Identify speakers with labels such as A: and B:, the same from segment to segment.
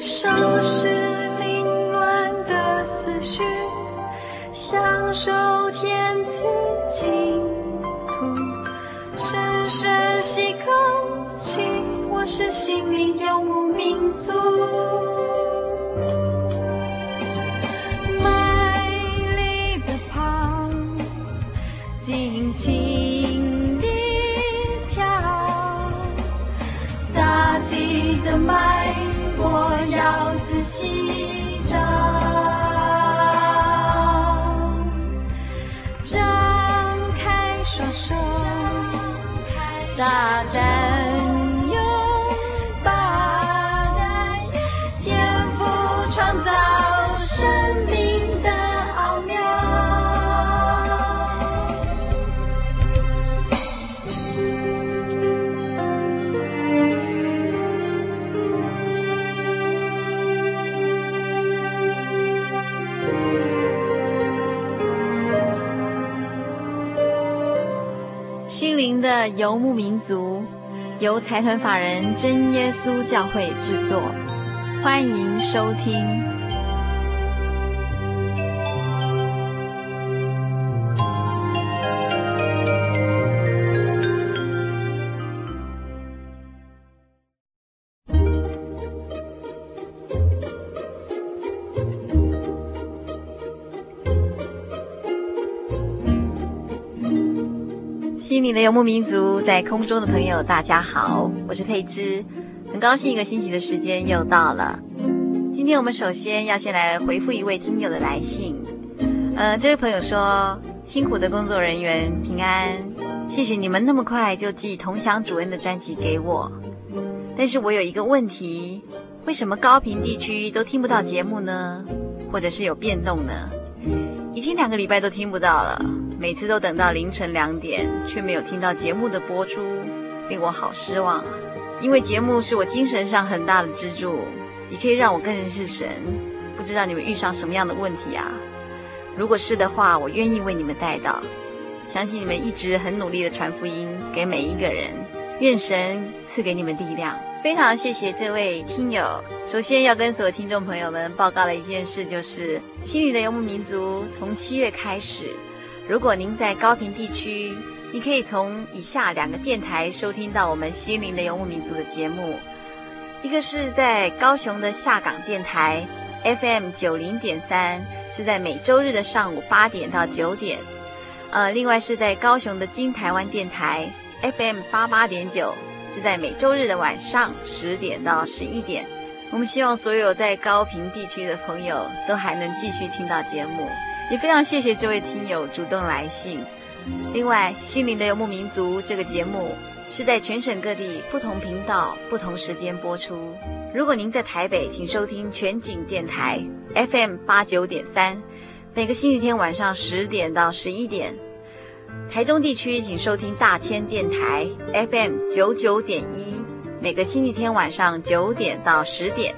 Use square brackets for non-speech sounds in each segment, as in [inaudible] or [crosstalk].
A: 收拾凌乱的思绪，享受天赐净土，深深吸口气，我是心灵游牧民族。卖力的跑，尽情地跳，大地的脉搏要仔细找，张开双手，大胆拥抱，天赋创造生命的奥妙。心灵的游牧民族，由财团法人真耶稣教会制作，欢迎收听。心灵的游牧民族，在空中的朋友，大家好，我是佩芝，很高兴一个星期的时间又到了。今天我们首先要先来回复一位听友的来信，呃，这位朋友说，辛苦的工作人员平安，谢谢你们那么快就寄同享主恩的专辑给我，但是我有一个问题，为什么高频地区都听不到节目呢？或者是有变动呢？已经两个礼拜都听不到了，每次都等到凌晨两点，却没有听到节目的播出，令我好失望啊！因为节目是我精神上很大的支柱，也可以让我更认识神。不知道你们遇上什么样的问题啊？如果是的话，我愿意为你们带到。相信你们一直很努力的传福音给每一个人，愿神赐给你们力量。非常谢谢这位听友。首先要跟所有听众朋友们报告的一件事，就是《心灵的游牧民族》从七月开始，如果您在高平地区，你可以从以下两个电台收听到我们《心灵的游牧民族》的节目，一个是在高雄的下港电台 FM 九零点三，是在每周日的上午八点到九点。呃，另外是在高雄的金台湾电台 FM 八八点九，是在每周日的晚上十点到十一点。我们希望所有在高平地区的朋友都还能继续听到节目，也非常谢谢这位听友主动来信。另外，《心灵的游牧民族》这个节目是在全省各地不同频道、不同时间播出。如果您在台北，请收听全景电台 FM 八九点三，每个星期天晚上十点到十一点。台中地区请收听大千电台 FM 九九点一，每个星期天晚上九点到十点。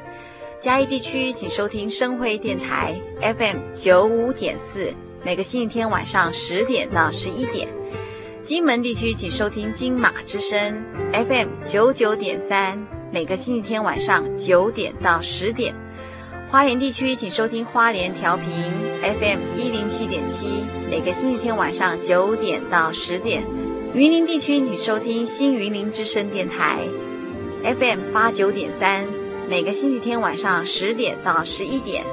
A: 嘉义地区请收听生辉电台 FM 九五点四，每个星期天晚上十点到十一点。金门地区请收听金马之声 FM 九九点三，每个星期天晚上九点到十点。花莲地区请收听花莲调频 FM 一零七点七，每个星期天晚上九点到十点。云林地区请收听新云林之声电台 FM 八九点三，每个星期天晚上十点到十一点。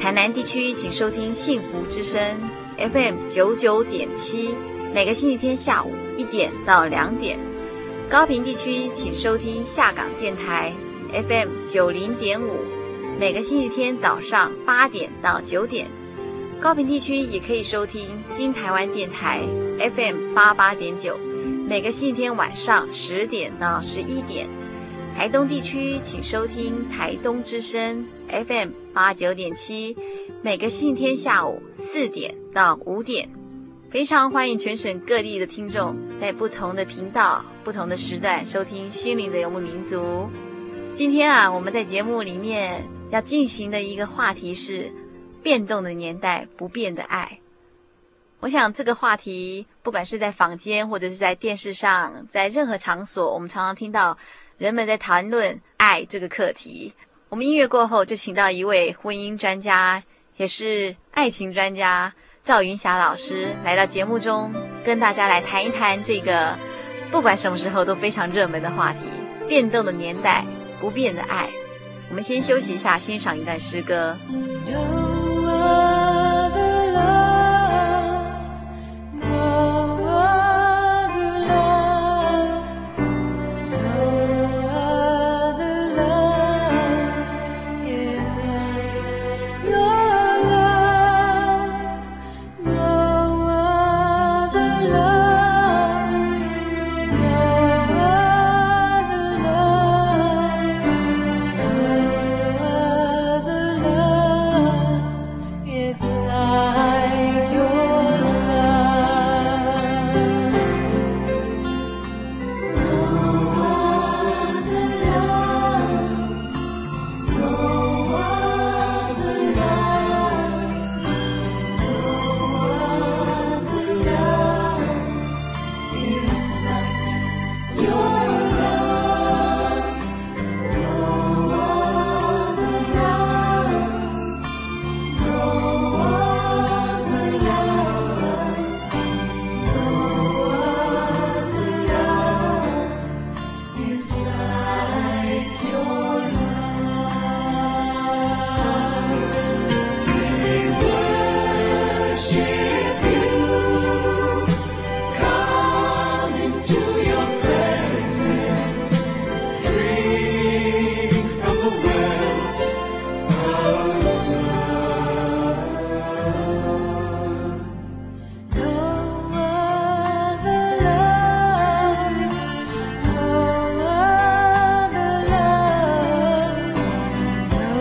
A: 台南地区请收听幸福之声 FM 九九点七，每个星期天下午一点到两点。高平地区请收听下港电台 FM 九零点五，每个星期天早上八点到九点。高平地区也可以收听金台湾电台 FM 八八点九，每个星期天晚上十点到十一点。台东地区请收听台东之声 FM 八九点七，每个星期天下午四点到五点。非常欢迎全省各地的听众在不同的频道、不同的时段收听《心灵的游牧民族》。今天啊，我们在节目里面要进行的一个话题是“变动的年代，不变的爱”。我想这个话题，不管是在坊间，或者是在电视上，在任何场所，我们常常听到人们在谈论爱这个课题。我们音乐过后就请到一位婚姻专家，也是爱情专家赵云霞老师来到节目中，跟大家来谈一谈这个不管什么时候都非常热门的话题——变动的年代，不变的爱。我们先休息一下，欣赏一段诗歌。
B: No other love, no other love, no other love is like your love, no other love, no other love. Other love is like your love. No other love, no other love, no other love is like your love. No other love, no other love, no other love is like your love. We worship you, come into your presence. Drink from the wells of love. No other love, no other love, no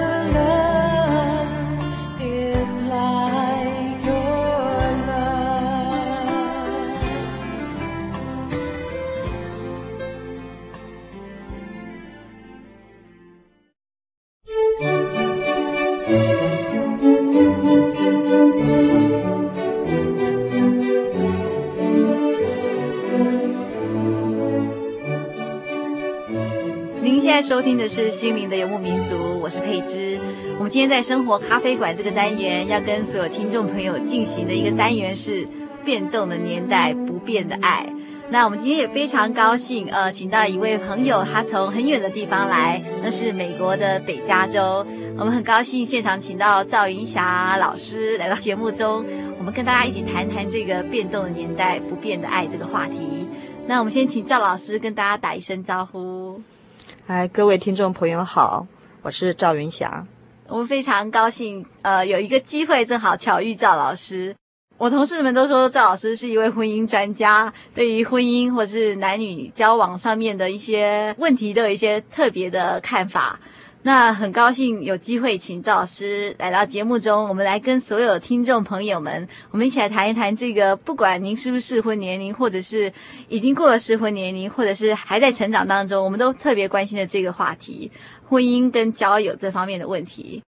B: other love is like your love.
A: 您现在收听的是《心灵的游牧民族》，我是佩芝。我们今天在生活咖啡馆这个单元，要跟所有听众朋友进行的一个单元是“变动的年代，不变的爱”。那我们今天也非常高兴，呃，请到一位朋友，他从很远的地方来，那是美国的北加州。我们很高兴现场请到赵云霞老师来到节目中，我们跟大家一起谈谈这个变动的年代，不变的爱这个话题。那我们先请赵老师跟大家打一声招呼。
C: 嗨，哎各位听众朋友好，我是赵
A: [laughs]
C: 云霞。
A: 我们非常高兴，呃，有一个机会正好巧遇赵老师。我同事们都说赵老师是一位婚姻专家，对于婚姻或是男女交往上面的一些问题都有一些特别的看法。那很高兴有机会请赵老师来到节目中，我们来跟所有听众朋友们，我们一起来谈一谈这个，不管您是不是适婚年龄，或者是已经过了适婚年龄，或者是还在成长当中，我们都特别关心的这个话题。婚姻跟交友这方面的问题。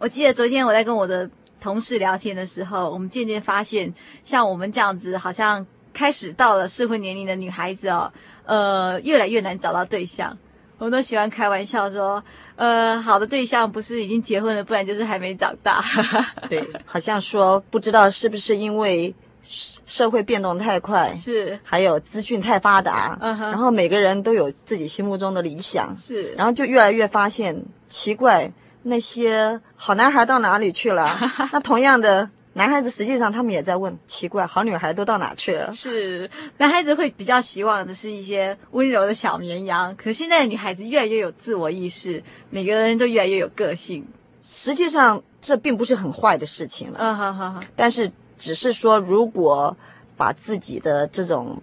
A: 我记得昨天我在跟我的同事聊天的时候，我们渐渐发现，像我们这样子，好像开始到了适婚年龄的女孩子哦，呃，越来越难找到对象。我们都喜欢开玩笑说，呃，好的对象不是已经结婚了，不然就是还没长大。
C: 对，好像说不知道是不是因为社社会变动太快，
A: 是，
C: 还有资讯太发达，
A: 嗯哼
C: 然后每个人都有自己心目中的理想，
A: 是，
C: 然后就越来越发现奇怪，那些好男孩到哪里
A: [laughs]
C: 去了？那同样的。男孩子实际上他们也在问，奇怪，好女孩都到哪去了？
A: 是，男孩子会比较希望的是一些温柔的小绵羊，可现在的女孩子越来越有自我意识，每个人都越来越有个性。
C: 实际上这并不是很坏的事情了，
A: 嗯，好好好，
C: 但是只是说，如果把自己的这种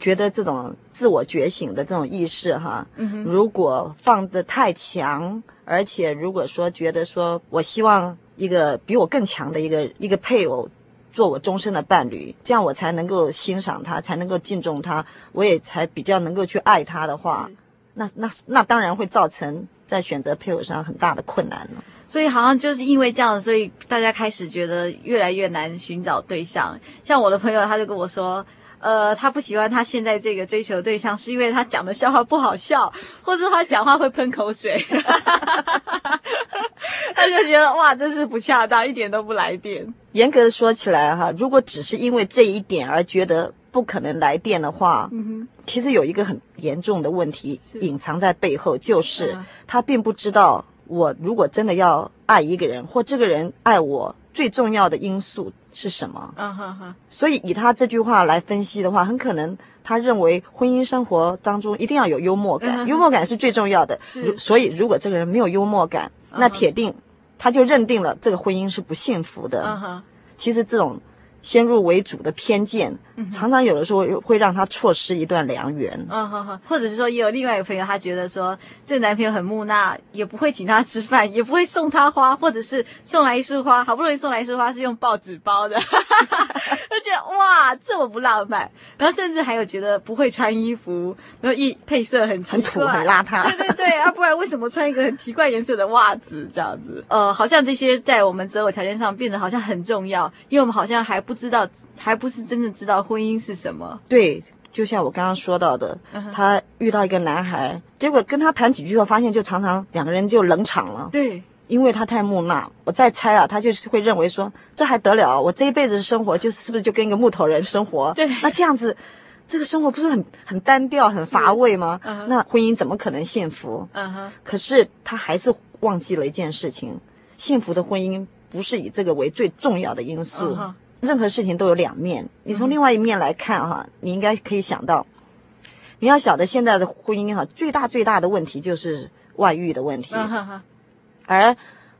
C: 觉得这种自我觉醒的这种意识哈，
A: 嗯哼，
C: 如果放得太强，而且如果说觉得说我希望一个比我更强的一个一个配偶。做我终身的伴侣，这样我才能够欣赏他，才能够敬重他，我也才比较能够去爱他的话
A: 是，
C: 那那那当然会造成在选择配偶上很大的困难哦了。
A: 所以好像就是因为这样，所以大家开始觉得越来越难寻找对象。像我的朋友，他就跟我说，呃，他不喜欢他现在这个追求对象，是因为他讲的笑话不好笑，或者他讲话会喷口水， [laughs] 他就觉得哇，真是不恰当，一点都不来电。
C: 严格的说起来哈，如果只是因为这一点而觉得不可能来电的话，
A: 嗯
C: 其实有一个很严重的问题
A: 是
C: 隐藏在背后，就是
A: 嗯
C: 他并不知道我如果真的要爱一个人，或这个人爱我，最重要的因素是什么
A: 哼，。啊哈哈，
C: 所以以他这句话来分析的话，很可能他认为婚姻生活当中一定要有幽默
A: 嗯
C: 感，幽默感是最重要的。
A: 是
C: 如所以如果这个人没有幽默感，那
A: 嗯哼
C: 铁定他就认定了这个婚姻是不幸福的。
A: 啊哈，
C: 其实这种先入为主的偏见，
A: 嗯
C: 常常有的时候会让他错失一段良缘。
A: 啊哈哈，或者是说，也有另外一个朋友，他觉得说这个男朋友很木讷，也不会请他吃饭，也不会送他花，或者是送来一束花，好不容易送来一束花是用报纸包的， [laughs] 他觉得哇这么不浪漫，然后甚至还有觉得不会穿衣服，然后一配色很奇
C: 很
A: 怪
C: 土很邋遢
A: [laughs] 对对对，啊，不然为什么穿一个很奇怪颜色的袜子这样子？呃，好像这些在我们择偶条件上变得好像很重要，因为我们好像还不知道，还不是真正知道婚姻是什么。
C: 对，就像我刚刚说到的，
A: 嗯
C: 他遇到一个男孩，结果跟他谈几句后，发现就常常两个人就冷场了，
A: 对。
C: 因为他太木讷。我再猜啊，他就是会认为说，这还得了？我这一辈子的生活就是是不是就跟一个木头人生活？
A: 对
C: 那这样子。这个生活不是很很单调、很乏味吗？
A: 嗯哼
C: 那婚姻怎么可能幸福？
A: 嗯哼，
C: 可是他还是忘记了一件事情：幸福的婚姻不是以这个为最重要的因素。
A: 嗯哼
C: 任何事情都有两面，你从另外一面来看哈，你应该可以想到，你要晓得现在的婚姻哈，最大最大的问题就是外遇的问题，
A: 嗯哼哼，
C: 而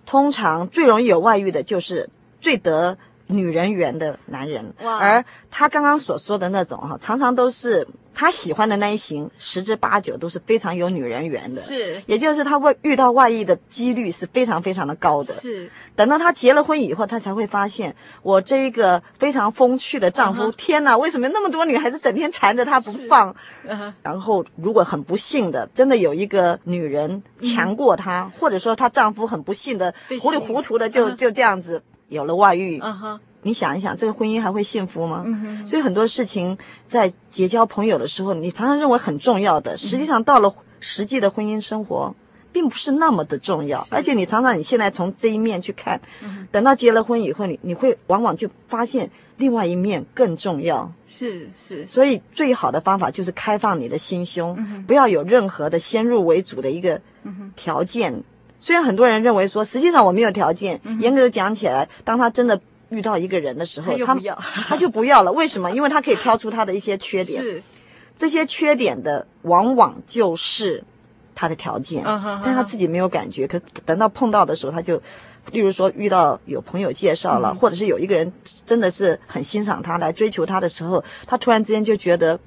C: 通常最容易有外遇的就是最得。女人缘的男人，
A: 哇
C: 而他刚刚所说的那种哈，常常都是他喜欢的那一型，十之八九都是非常有女人缘的。
A: 是
C: 也就是他外遇到外遇的几率是非常非常的高的。
A: 是，
C: 等到他结了婚以后，他才会发现，我这个非常风趣的丈夫
A: 嗯哼
C: 天哪，为什么那么多女孩子整天缠着他不放？
A: 嗯哼
C: 然后，如果很不幸的，真的有一个女人强过她，或者说她丈夫很不幸的
A: 嗯被吸
C: 糊
A: 引
C: 里糊涂的
A: 嗯
C: 就
A: 哼
C: 就这样子有了外遇，
A: 嗯哼，
C: 你想一想，这个婚姻还会幸福吗？
A: 嗯哼，
C: 所以很多事情在结交朋友的时候，你常常认为很重要
A: 嗯
C: 的，实际上到了实际的婚姻生活，并不是那么的重要。而且你常常你现在从这一面去看，
A: 嗯
C: 等到结了婚以后，你你会往往就发现另外一面更重要。
A: 是是，
C: 所以最好的方法就是开放你的心胸，
A: 嗯
C: 不要有任何的先入为主的一个条件。虽然很多人认为说，实际上我没有条件，严格的讲起来，当他真的遇到一个人的时
A: 嗯他
C: 候，
A: 又
C: 他
A: 不要， [laughs]
C: 他就不要了。为什么？因为他可以挑出他的一些缺点，
A: 是
C: 这些缺点的往往就是他的条件，
A: 嗯哼
C: 但他自己没有感觉。可等到碰到的时候，他就，例如说遇到有朋友介
A: 嗯
C: 绍了，或者是有一个人真的是很欣赏他来追求他的时候，他突然之间就觉得，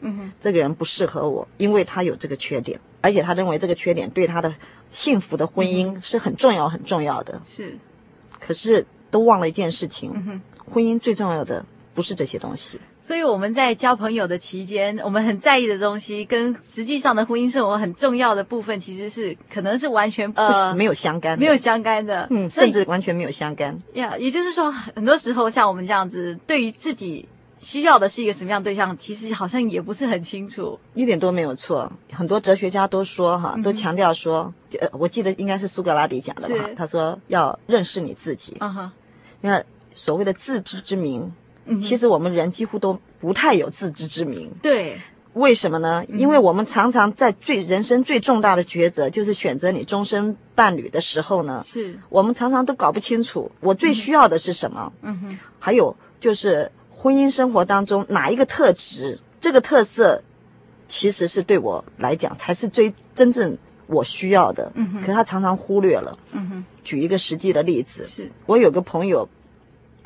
A: 嗯哼，
C: 这个人不适合我，因为他有这个缺点，而且他认为这个缺点对他的幸福的婚
A: 嗯
C: 姻是很重要、很重要的。
A: 是，
C: 可是都忘了一件事情，
A: 哼
C: 婚姻最重要的不是这些东西。
A: 所以我们在交朋友的期间，我们很在意的东西，跟实际上的婚姻生活很重要的部分，其实是可能是完全
C: 不是
A: 呃
C: 没有相干的，
A: 没有相干的，
C: 嗯，
A: 所以
C: 甚至完全没有相干。
A: 呀也就是说，很多时候像我们这样子，对于自己需要的是一个什么样的对象，其实好像也不是很清楚。
C: 一点都没有错，很多哲学家都说
A: 嗯
C: 哈，都强调说，就呃我记得应该是苏格拉底讲的吧
A: 是，
C: 他说要认识你自己。
A: 嗯哼，
C: 那所谓的自知之明，
A: 嗯哼
C: 其实我们人几乎都不太有自知之明。
A: 对，
C: 为什么
A: 嗯
C: 呢？因为我们常常在最人生最重大的抉择，就是选择你终身伴侣的时候呢，
A: 是，
C: 我们常常都搞不清楚我最需要的是什么。
A: 嗯哼，
C: 还有就是婚姻生活当中哪一个特质，这个特色，其实是对我来讲才是最真正我需要的。嗯可是他常常忽略了。
A: 嗯哼，
C: 举一个实际的例子，
A: 是，
C: 我有个朋友，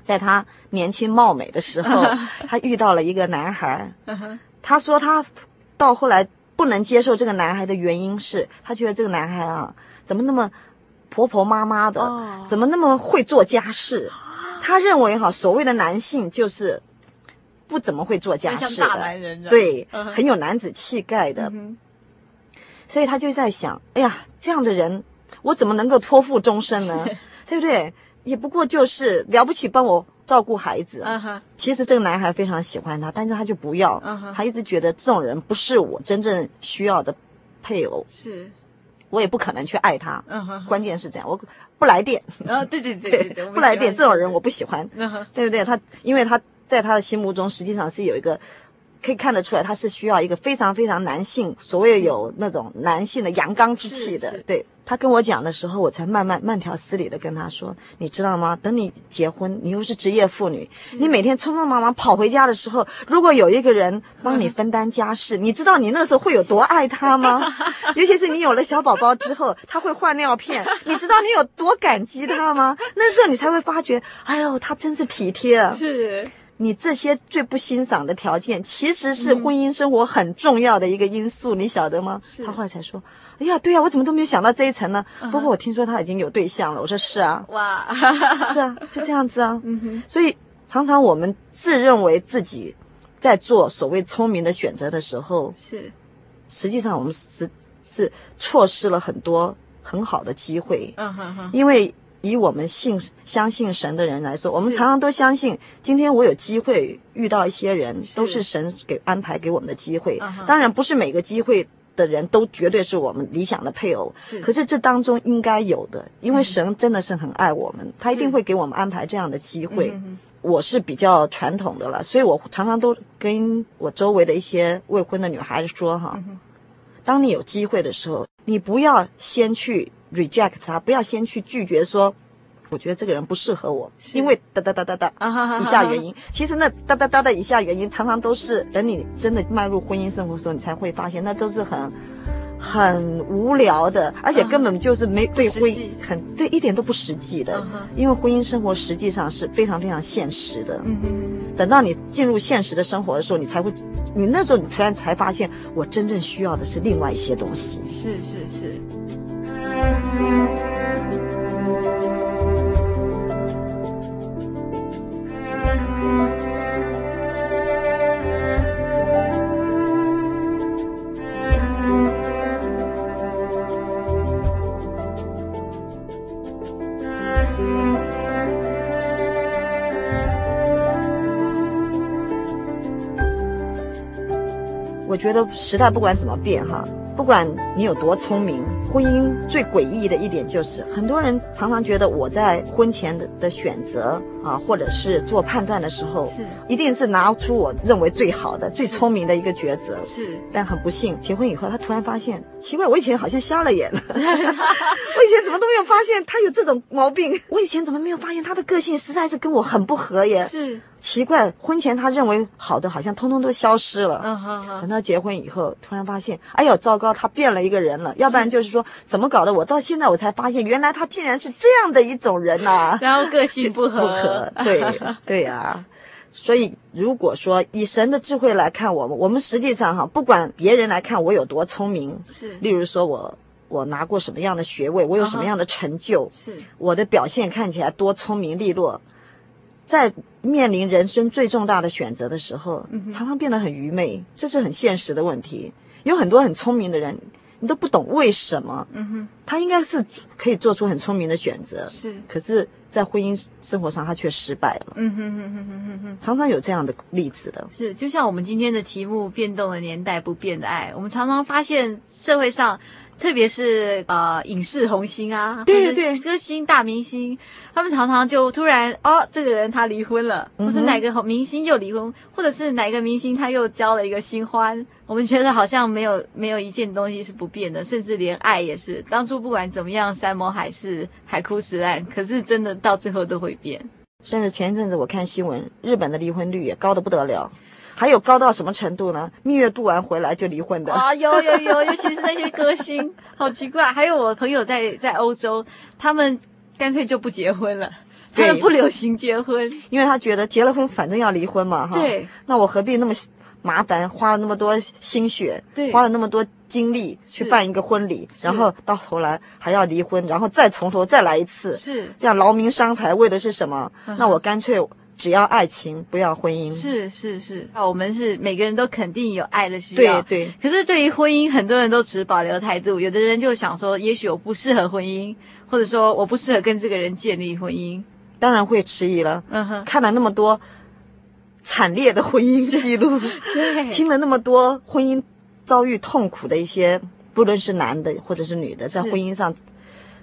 C: 在他年轻貌美的时候， [laughs] 他遇到了一个男孩。
A: 嗯哼，
C: 他说他到后来不能接受这个男孩的原因是，他觉得这个男孩啊，怎么那么婆婆妈妈的，
A: 哦
C: 怎么那么会做家事？他认为哈、所谓的男性就是不怎么会做家
A: 就像
C: 事
A: 大
C: 的，
A: 男人这样，
C: 对，
A: 嗯哼
C: 很有男子气概的，
A: 嗯
C: 所以他就在想，哎呀，这样的人
A: [laughs]
C: 我怎么能够托付终身呢？对不对？也不过就是了不起帮我照顾孩子。
A: 嗯哼，
C: 其实这个男孩非常喜欢她，但是他就不要，
A: 嗯哼
C: 他一直觉得这种人不是我真正需要的配偶，
A: 是，
C: 我也不可能去爱他。
A: 嗯哼，
C: 关键是这样，我不来电，
A: 啊，对对对对对，我们
C: [laughs] 不来
A: 喜欢
C: 电这种人我不喜欢，
A: 嗯哼，
C: 对不对？他因为他在他的心目中实际上是有一个。可以看得出来，他是需要一个非常非常男性，所谓有那种男性的阳刚之气
A: 是
C: 的
A: 是。
C: 对他跟我讲的时候，我才慢慢慢条斯理的跟他说，你知道吗？等你结婚，你又是职业妇女，你每天匆匆忙忙跑回家的时候，如果有一个人帮你分担家事，你知道你那时候会有多爱他吗？ [laughs] 尤其是你有了小宝宝之后，他会换尿片，你知道你有多感激他吗？那时候你才会发觉，哎呦，他真是体贴啊！
A: 是
C: 你这些最不欣赏的条件，其实是婚姻生活很重要的一个因素，你晓得吗
A: 是？
C: 他后来才说，哎呀，对呀、我怎么都没有想到这一层呢？不
A: 哼
C: 过我听说他已经有对象了。我说
A: [laughs]
C: 是啊，
A: 哇，
C: 是啊，就这样子啊。
A: 嗯哼，
C: 所以常常我们自认为自己在做所谓聪明的选择的时候，
A: 是
C: 实际上我们是是错失了很多很好的机会，
A: 嗯哼哼，
C: 因为。以我们信相信神的人来说，我们
A: 是
C: 常常都相信，今天我有机会遇到一些人，
A: 是
C: 都是神给安排给我们的机会
A: 嗯哼。
C: 当然，不是每个机会的人都绝对是我们理想的配偶，
A: 是，
C: 可
A: 是
C: 是这当中应该有的，因为
A: 嗯
C: 神真的是很爱我们，他一
A: 是
C: 定会给我们安排这样的机会。
A: 嗯哼
C: 我是比较传统的了，所以我常常都跟我周围的一些未婚的女孩说哈，
A: 嗯哼
C: 当你有机会的时候，你不要先去 reject 他，不要先去拒绝说，我觉得这个人不适合我，
A: 是
C: 因为哒哒哒哒哒。
A: 啊哈哈哈，
C: 以下原因，其实那哒哒哒的以下原因，常常都是等你真的迈入婚姻生活的时候，你才会发现，那都是很很无聊的，而且根本就是没对
A: 啊实
C: 婚
A: 际
C: 很对一点都不实际的
A: 嗯哼，
C: 因为婚姻生活实际上是非常非常现实的。
A: 嗯哼，
C: 等到你进入现实的生活的时候，你才会，你那时候你突然才发现，我真正需要的是另外一些东西。
A: 是是是，
C: 我觉得时代不管怎么变哈，不管你有多聪明，婚姻最诡异的一点就是，很多人常常觉得我在婚前的的选择啊，或者是做判断的时候，
A: 是
C: 一定是拿出我认为最好的、最聪明的一个抉择。
A: 是
C: 但很不幸，结婚以后，他突然发现，奇怪，我以前好像瞎了眼了， [laughs] 我以前怎么都没有发现他有这种毛病，我以前怎么没有发现他的个性实在是跟我很不合耶？
A: 是，
C: 奇怪，婚前他认为好的，好像通通都消失了。
A: 嗯哼哼
C: 等，到结婚以后，突然发现，哎呦，糟糕，他变了一个人了。要不然就是说，怎么搞的？我到现在我才发现，原来他竟然是这样的一种人啊呐、
A: 然后个性不合，
C: 不可，对对呀、所以，如果说以神的智慧来看我们，我们实际上哈，不管别人来看我有多聪明，
A: 是
C: 例如说我我拿过什么样的学位，我有什么样的成就，
A: 是
C: 我的表现看起来多聪明利落，在面临人生最重大的选择的时候，常常变得很愚昧，这是很现实的问题。有很多很聪明的人，你都不懂为什么
A: 嗯哼
C: 他应该是可以做出很聪明的选择，
A: 是，
C: 可是，在婚姻生活上他却失败了。
A: 嗯哼哼哼哼哼哼。
C: 常常有这样的例子的，
A: 是，就像我们今天的题目“变动的年代，不变的爱”，我们常常发现社会上，特别是呃影视红星啊，
C: 对
A: 或者
C: 对
A: 歌星、大明星，他们常常就突然哦，这个人他离婚了，或是
C: 嗯哼
A: 哪个红明星又离婚，或者是哪个明星他又交了一个新欢。我们觉得好像没有没有一件东西是不变的，甚至连爱也是。当初不管怎么样，山盟海誓、海枯石烂，可是真的到最后都会变。
C: 甚至前一阵子我看新闻，日本的离婚率也高得不得了，还有高到什么程度呢？蜜月度完回来就离婚的。
A: 啊、有有有，尤其是那些歌星，好奇怪。还有我朋友在在欧洲，他们干脆就不结婚了，他
C: 对
A: 们不流行结婚。
C: 因为他觉得结了婚反正要离婚嘛，哈，
A: 对，
C: 那我何必那么麻烦，花了那么多心血，
A: 对
C: 花了那么多精力去
A: 是
C: 办一个婚礼，
A: 是
C: 然后到头来还要离婚，然后再从头再来一次，
A: 是
C: 这样劳民伤财，为的是什么？
A: 嗯
C: 那我干脆只要爱情，不要婚姻。，
A: 是是是，啊，我们是每个人都肯定有爱的需要
C: 对。对，
A: 可是对于婚姻，很多人都持保留态度，有的人就想说，也许我不适合婚姻，或者说我不适合跟这个人建立婚姻。
C: 当然会迟疑了。
A: 嗯哼，
C: 看了那么多惨烈的婚姻记录，
A: [laughs] 对，
C: 听了那么多婚姻遭遇痛苦的一些，不论是男的或者是女的，在
A: 是
C: 婚姻上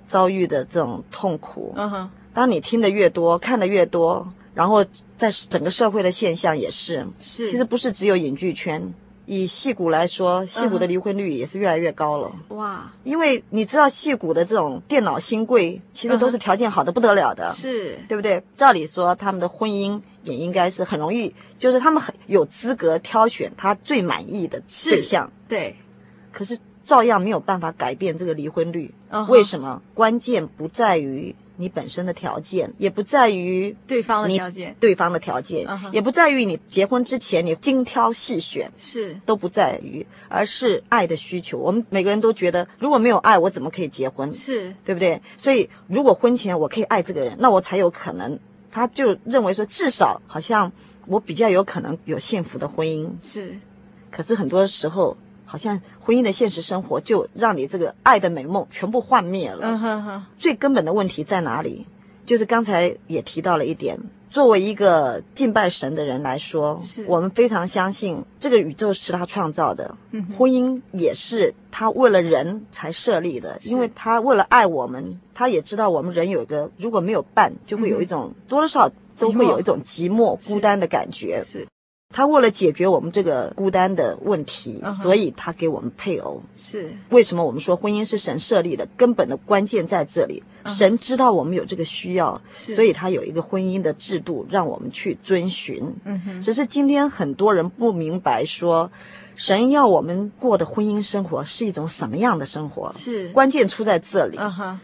C: 遭遇的这种痛苦，
A: 嗯哼，
C: 当你听的越多，看的越多，然后在整个社会的现象也是，
A: 是，嗯
C: 其实不是只有影剧圈。以戏骨来说，戏骨的离婚率也是越来越高了，
A: 哇，
C: 因为你知道戏骨的这种电脑新贵，其实都
A: 嗯
C: 是条件好的不得了的，
A: 是，
C: 对不对？照理说，他们的婚姻也应该是很容易，就是他们很有资格挑选他最满意的
A: 是
C: 对象，
A: 对，
C: 可是照样没有办法改变这个离婚率。
A: 嗯哼
C: 为什么？关键不在于你本身的条件，也不在于
A: 对方的
C: 你
A: 条件
C: 对方的条件
A: 嗯哼
C: 也不在于你结婚之前你精挑细选。
A: 是，
C: 都不在于，而是爱的需求。我们每个人都觉得，如果没有爱，我怎么可以结婚？
A: 是，
C: 对不对？所以如果婚前我可以爱这个人，那我才有可能。他就认为说，至少好像我比较有可能有幸福的婚姻。
A: 是，
C: 可是很多时候，好像婚姻的现实生活就让你这个爱的美梦全部幻灭了。
A: 嗯哼哼，
C: 最根本的问题在哪里？就是刚才也提到了一点，作为一个敬拜神的人来说
A: 是，
C: 我们非常相信这个宇宙是他创造的，
A: 嗯哼，
C: 婚姻也是他为了人才设立的，因为他为了爱我们，他也知道我们人有一个如果没有伴，就会有一种、多多少少都
A: 寂
C: 会
A: 寞
C: 有一种寂寞、
A: 是
C: 孤单的感觉。
A: 嗯是，
C: 他为了解决我们这个孤单的问题，
A: 嗯哼
C: 所以他给我们配偶。
A: 是，
C: 为什么我们说婚姻是神设立的？根本的关键在这里，
A: 嗯
C: 神知道我们有这个需要，
A: 是
C: 所以他有一个婚姻的制度让我们去遵循。
A: 嗯哼，
C: 只是今天很多人不明白说，神要我们过的婚姻生活是一种什么样的生活？
A: 是，
C: 关键出在这里。
A: 嗯哼。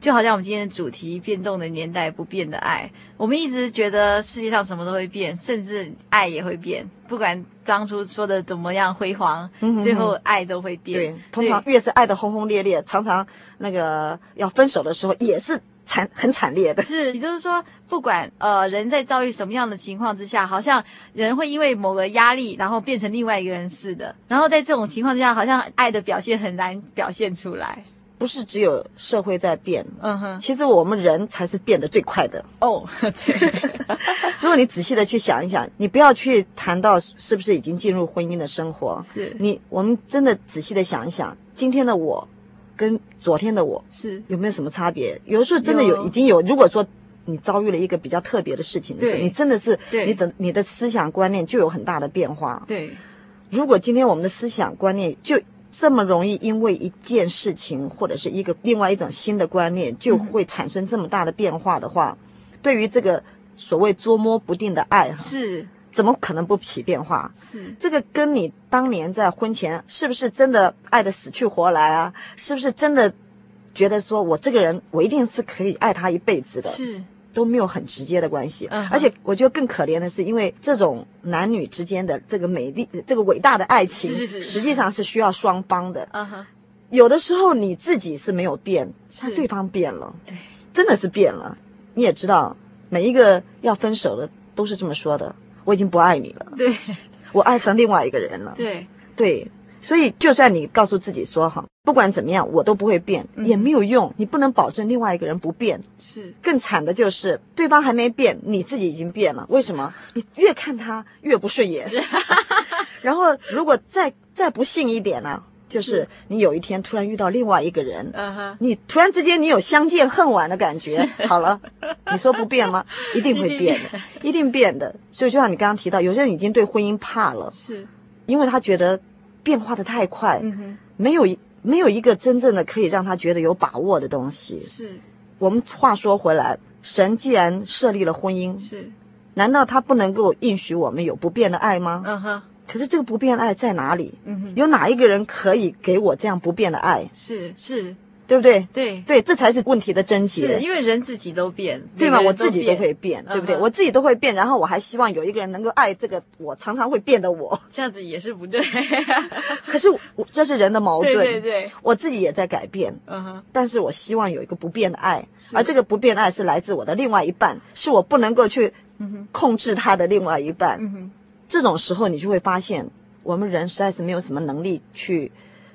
A: 就好像我们今天的主题“变动的年代，不变的爱”，我们一直觉得世界上什么都会变，甚至爱也会变。不管当初说的怎么样辉煌，
C: 嗯哼
A: 最后爱都会变。
C: 对，通常越是爱的轰轰烈烈，常常那个要分手的时候也是惨很惨烈的。
A: 是，也就是说，不管呃人在遭遇什么样的情况之下，好像人会因为某个压力，然后变成另外一个人似的。然后在这种情况之下，好像爱的表现很难表现出来。
C: 不是只有社会在变，
A: 嗯哼，
C: 其实我们人才是变得最快的。
A: 哦，对，
C: [laughs] 如果你仔细的去想一想，你不要去谈到是不是已经进入婚姻的生活，
A: 是
C: 你我们真的仔细的想一想，今天的我跟昨天的我
A: 是，
C: 有没有什么差别？有的时候真的有，
A: 有
C: 已经有。如果说你遭遇了一个比较特别的事情的时候，
A: 对
C: 你真的是，
A: 对
C: 你的你的思想观念就有很大的变化。
A: 对，
C: 如果今天我们的思想观念就这么容易因为一件事情或者是一个另外一种新的观念，就
A: 嗯
C: 会产生这么大的变化的话，对于这个所谓捉摸不定的爱，啊
A: 是
C: 怎么可能不起变化？
A: 是
C: 这个跟你当年在婚前是不是真的爱的死去活来啊？是不是真的觉得说我这个人我一定是可以爱他一辈子的，
A: 是，
C: 都没有很直接的关系。
A: 嗯哼
C: 而且我觉得更可怜的是，因为这种男女之间的这个美丽、这个伟大的爱情，
A: 是是是
C: 实际上是需要双方的。
A: 嗯哼，
C: 有的时候你自己是没有变，
A: 是
C: 但对方变了，
A: 对，
C: 真的是变了。你也知道，每一个要分手的都是这么说的：我已经不爱你了，
A: 对
C: 我爱上另外一个人了。
A: 对
C: 对，所以就算你告诉自己说哈，不管怎么样，我都不会变，
A: 嗯
C: 也没有用。你不能保证另外一个人不变。
A: 是，
C: 更惨的就是对方还没变，你自己已经变了。为什么？你越看他越不顺眼。 [laughs] 然后如果再再不幸一点呢、就是
A: 是
C: 你有一天突然遇到另外一个人。
A: 嗯哼，
C: 你突然之间，你有相见恨晚的感觉。好了，你说不变吗？ [laughs] 一定
A: 一定
C: 会变的，一定变的。所以就像你刚刚提到，有些人已经对婚姻怕了，
A: 是，
C: 因为他觉得变化的太快，
A: 嗯哼，
C: 没有一没有一个真正的可以让他觉得有把握的东西。
A: 是
C: 我们话说回来，神既然设立了婚姻，
A: 是，
C: 难道他不能够应许我们有不变的爱吗？
A: 嗯哼，
C: 可是这个不变的爱在哪里？
A: 嗯哼，
C: 有哪一个人可以给我这样不变的爱？
A: 是是，
C: 对不对？
A: 对
C: 对，这才是问题的症
A: 是，
C: 结。
A: 因为人自己都变，每
C: 对
A: 个
C: 吗？
A: 人
C: 我自己都
A: 变
C: 会变，对不对？
A: 嗯哼
C: 我自己都会变，然后我还希望有一个人能够爱这个我 [laughs] 常常会变的我。
A: 这样子也是不对，
C: 可是我这是人的
A: [laughs]
C: 矛
A: 对
C: 盾，
A: 对对，
C: 我自己也在改变，
A: 嗯哼。
C: 但是我希望有一个不变的爱，
A: 是
C: 而这个不变的爱是来自我的另外一半，是我不能够去控制他的另外一半。
A: 嗯哼，
C: 这种时候，你就会发现，我们人实在是没有什么能力去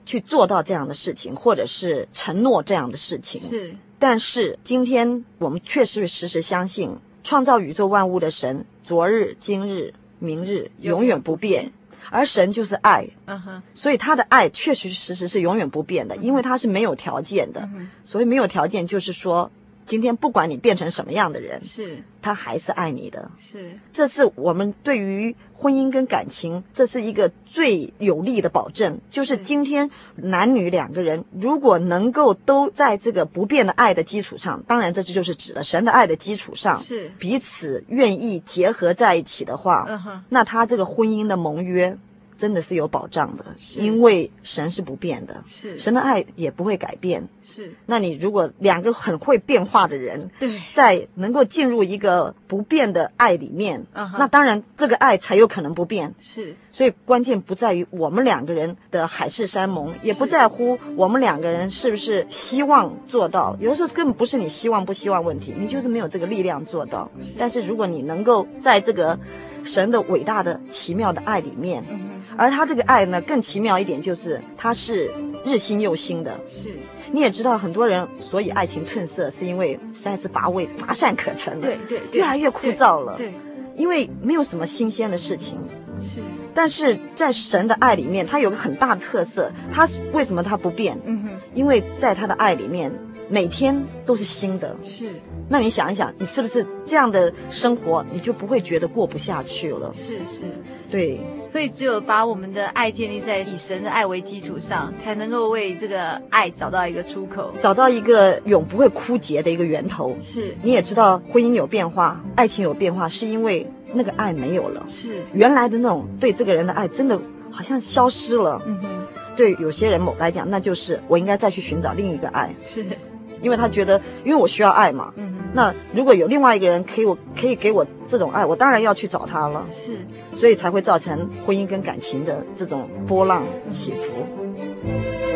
C: 去做到这样的事情，或者是承诺这样的事情。
A: 是
C: 但是今天我们确实时时相信，创造宇宙万物的神，昨日、今日、明日
A: 永远
C: 永远不变，而神就是爱，
A: 嗯哼，
C: 所以他的爱确实实实是永远不变的，因为他是没有条件的。
A: 嗯
C: 所谓没有条件，就是说，今天不管你变成什么样的人，
A: 是
C: 他还是爱你的。
A: 是
C: 这是我们对于婚姻跟感情，这是一个最有力的保证。就是
A: 是
C: 今天男女两个人如果能够都在这个不变的爱的基础上，当然这就是指了神的爱的基础上，
A: 是，
C: 彼此愿意结合在一起的话，
A: 嗯哼，
C: 那他这个婚姻的盟约真的是有保障的，
A: 是
C: 因为神是不变的，
A: 是
C: 神的爱也不会改变。
A: 是，
C: 那你如果两个很会变化的人，
A: 对，
C: 在能够进入一个不变的爱里面
A: 嗯哼
C: 那当然这个爱才有可能不变。
A: 是
C: 所以关键不在于我们两个人的海誓山盟，也不在乎我们两个人是不是希望做到。有的时候根本不是你希望不希望问题，你就是没有这个力量做到。但是如果你能够在这个神的伟大的、奇妙的爱里面，
A: 嗯哼，
C: 而他这个爱呢更奇妙一点，就是它是日新又新的，
A: 是
C: 你也知道，很多人所以爱情褪色，是因为实在是乏味、乏善可陈了，
A: 对对，对
C: 越来越枯燥了，
A: 对，
C: 因为没有什么新鲜的事情。
A: 对是，
C: 但是在神的爱里面，它有个很大的特色，它为什么它不变？
A: 嗯哼，
C: 因为在他的爱里面，每天都是新的。
A: 是
C: 那你想一想，你是不是这样的生活，你就不会觉得过不下去了？
A: 是是，
C: 对，
A: 所以只有把我们的爱建立在以神的爱为基础上，才能够为这个爱找到一个出口。
C: 找到一个永不会枯竭的一个源头。
A: 是
C: 你也知道，婚姻有变化，爱情有变化，是因为那个爱没有了。
A: 是，
C: 原来的那种对这个人的爱，真的好像消失了。
A: 嗯哼，
C: 对有些人某来讲，那就是我应该再去寻找另一个爱，
A: 是，
C: 因为他觉得，因为我需要爱嘛。
A: 嗯哼，
C: 那如果有另外一个人可以我可以给我这种爱，我当然要去找他了，
A: 是。
C: 所以才会造成婚姻跟感情的这种波浪起伏。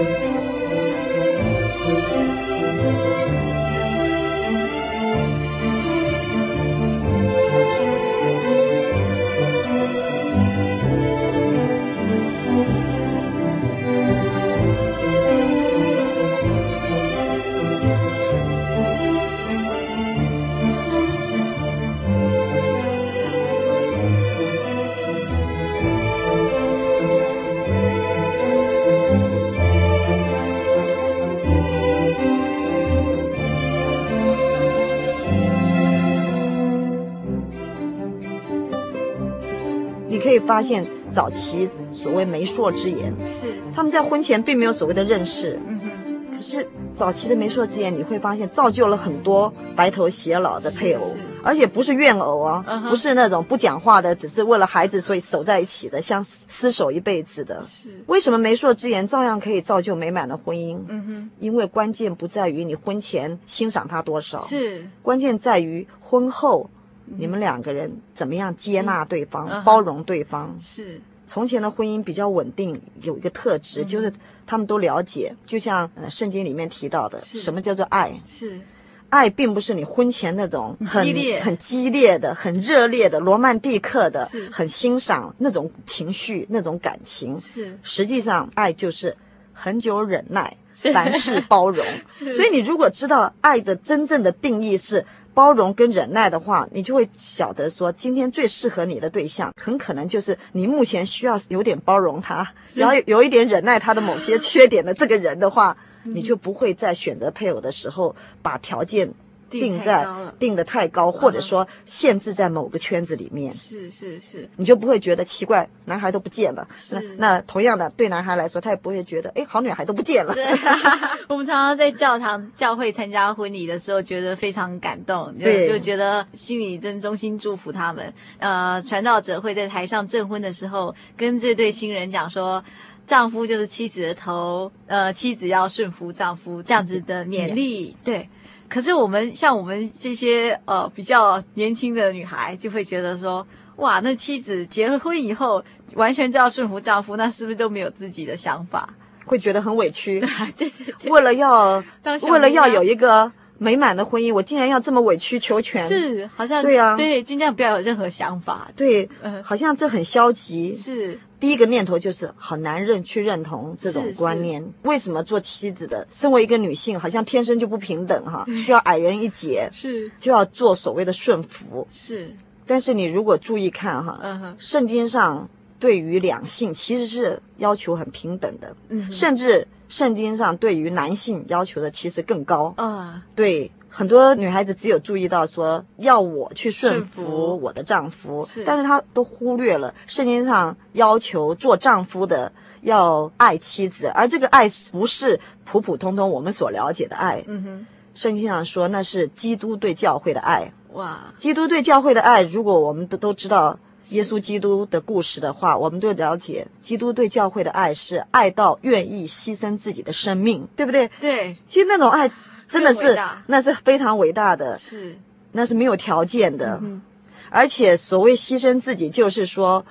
C: 你可以发现，早期所谓媒妁之言，
A: 是，
C: 他们在婚前并没有所谓的认识，
A: 嗯哼，
C: 可是早期的媒妁之言，你会发现造就了很多白头偕老的配偶
A: 是是，
C: 而且不是怨偶啊，
A: 嗯哼
C: 不是那种不讲话的，只是为了孩子所以守在一起的，像厮厮守一辈子的。
A: 是，
C: 为什么媒妁之言照样可以造就美满的婚姻？
A: 嗯
C: 因为关键不在于你婚前欣赏他多少
A: 哼，，是，嗯
C: 关键在于婚后。你们两个人怎么样接纳对方、
A: 嗯哼
C: 包容对方？
A: 是，
C: 从前的婚姻比较稳定，有一个特
A: 嗯
C: 质、就是他们都了解，就像呃圣经里面提到的，
A: 是
C: 什么叫做爱？
A: 是，
C: 爱并不是你婚前那种很
A: 激烈
C: 很激烈的、很热烈的、罗曼蒂克的
A: 是、
C: 很欣赏那种情绪、那种感情。
A: 是，
C: 实际上，爱就是很久忍耐，
A: 是
C: 凡事包容。
A: [laughs] 是
C: 所以，你如果知道爱的真正的定义是包容跟忍耐的话，你就会晓得说，今天最适合你的对象，很可能就是你目前需要有点包容他，然后有有一点忍耐他的某些缺点的这个人的话，你就不会在选择配偶的时候把条件。
A: 定
C: 定
A: 太
C: 在
A: 高了
C: 定的太高，或者说限制在某个圈子里面。
A: 是，是，是，
C: 你就不会觉得奇怪，男孩都不见了。那
A: 是
C: 那同样的，对男孩来说，他也不会觉得，哎，好女孩都不见了。 [laughs]
A: 我们常常在教堂、教会参加婚礼的时候，觉得非常感动，就
C: 对
A: 就觉得心里真衷心祝福他们。呃，传道者会在台上证婚的时候，跟这对新人讲说。丈夫就是妻子的头，呃，妻子要顺服丈夫，这样子的勉励，对。可是我们像我们这些呃比较年轻的女孩，就会觉得说，哇，那妻子结了婚以后，完全就要顺服丈夫，那是不是都没有自己的想法？
C: 会觉得很委屈，
A: [laughs] 对对对，
C: 为了要
A: 当小
C: 为了要
A: 姑娘
C: 有一个美满的婚姻，我竟然要这么委曲求全，
A: 是好像
C: 对啊
A: 对，尽量不要有任何想法，
C: 对，
A: 嗯
C: 好像这很消极。
A: 是
C: 第一个念头就是好男人去认同这种
A: 是
C: 观念，为什么做妻子的，身为一个女性，好像天生就不平等哈，就要矮人一截，
A: 是
C: 就要做所谓的顺服。
A: 是，
C: 但是你如果注意看哈，
A: 嗯哼，
C: 圣经上对于两性其实是要求很平等的，
A: 嗯哼
C: 甚至圣经上对于男性要求的其实更高。
A: 啊，
C: 对，很多女孩子只有注意到说要我去顺
A: 顺服
C: 服我的丈夫，
A: 是
C: 但是她都忽略了圣经上要求做丈夫的要爱妻子，而这个爱是不是普普通通我们所了解的爱。
A: 嗯哼，
C: 圣经上说那是基督对教会的爱，
A: 哇，
C: 基督对教会的爱，如果我们都都知道耶稣基督的故事的话，我们都了解基督对教会的爱是爱到愿意牺牲自己的生命，对不对？
A: 对，
C: 其实那种爱真的
A: 很伟
C: 是
A: 大，
C: 那是非常伟大的，
A: 是，
C: 那是没有条件的。
A: 嗯
C: 而且所谓牺牲自己，就是说，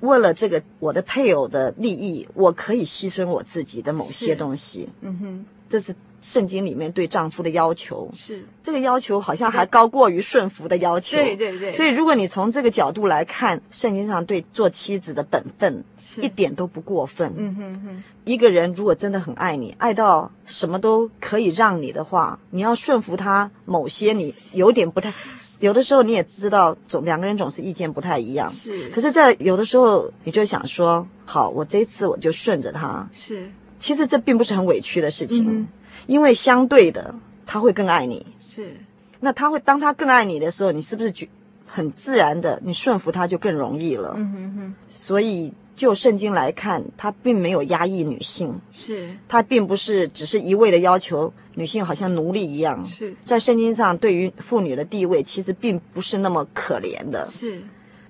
C: 为了这个我的配偶的利益，我可以牺牲我自己的某些
A: 是
C: 东西。
A: 嗯哼，
C: 这是圣经里面对丈夫的要求，
A: 是，
C: 这个要求好像还高过于顺服的要求。
A: 对对对，
C: 所以，如果你从这个角度来看，圣经上对做妻子的本分
A: 是
C: 一，点都不过分。
A: 嗯哼哼，
C: 一个人如果真的很爱你，爱到什么都可以让你的话，你要顺服他某些你有点不太，有的时候你也知道，总两个人总是意见不太一样。
A: 是，
C: 可是，在有的时候你就想说，好，我这次我就顺着他。
A: 是
C: 其实这并不是很委屈的事情，
A: 嗯
C: 因为相对的他会更爱你。
A: 是
C: 那他会当他更爱你的时候，你是不是觉很自然的，你顺服他就更容易了？
A: 嗯哼哼，
C: 所以就圣经来看，他并没有压抑女性，
A: 是
C: 他并不是只是一味的要求女性好像奴隶一样。
A: 是
C: 在圣经上，对于妇女的地位其实并不是那么可怜的。
A: 是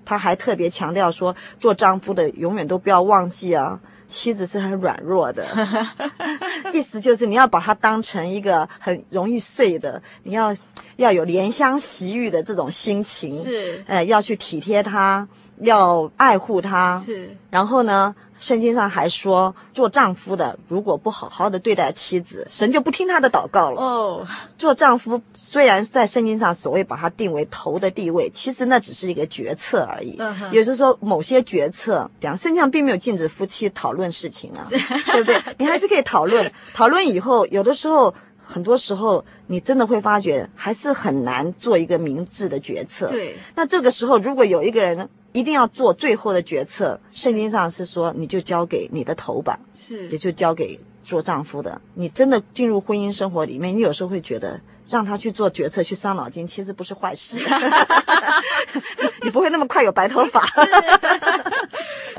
C: 他还特别强调说，做丈夫的永远都不要忘记啊，妻子是很软弱的，意思就是你要把她当成一个很容易碎的，你要要有怜香惜玉的这种心情，，
A: 是
C: 呃，要去体贴她，要爱护她。
A: 是
C: 然后呢，圣经上还说，做丈夫的如果不好好的对待妻子，神就不听他的祷告了。 [laughs]
A: 哦，
C: 做丈夫虽然在圣经上所谓把它定为头的地位，其实那只是一个决策而已。
A: 嗯哼
C: 也就是说，某些决策，比方圣经上并没有禁止夫妻讨论事情啊，对不对？你还是可以讨
A: [laughs]
C: 论。讨论以后，有的时候，很多时候，你真的会发觉还是很难做一个明智的决策。。
A: 对
C: 那这个时候，如果有一个人一定要做最后的决策，圣经上是说，你就交给你的头吧。
A: 是
C: 也就交给做丈夫的。你真的进入婚姻生活里面，你有时候会觉得让他去做决策、去伤脑筋，其实不是
A: [laughs]
C: 坏事。 [laughs] 你不会那么快有白头发。 [laughs]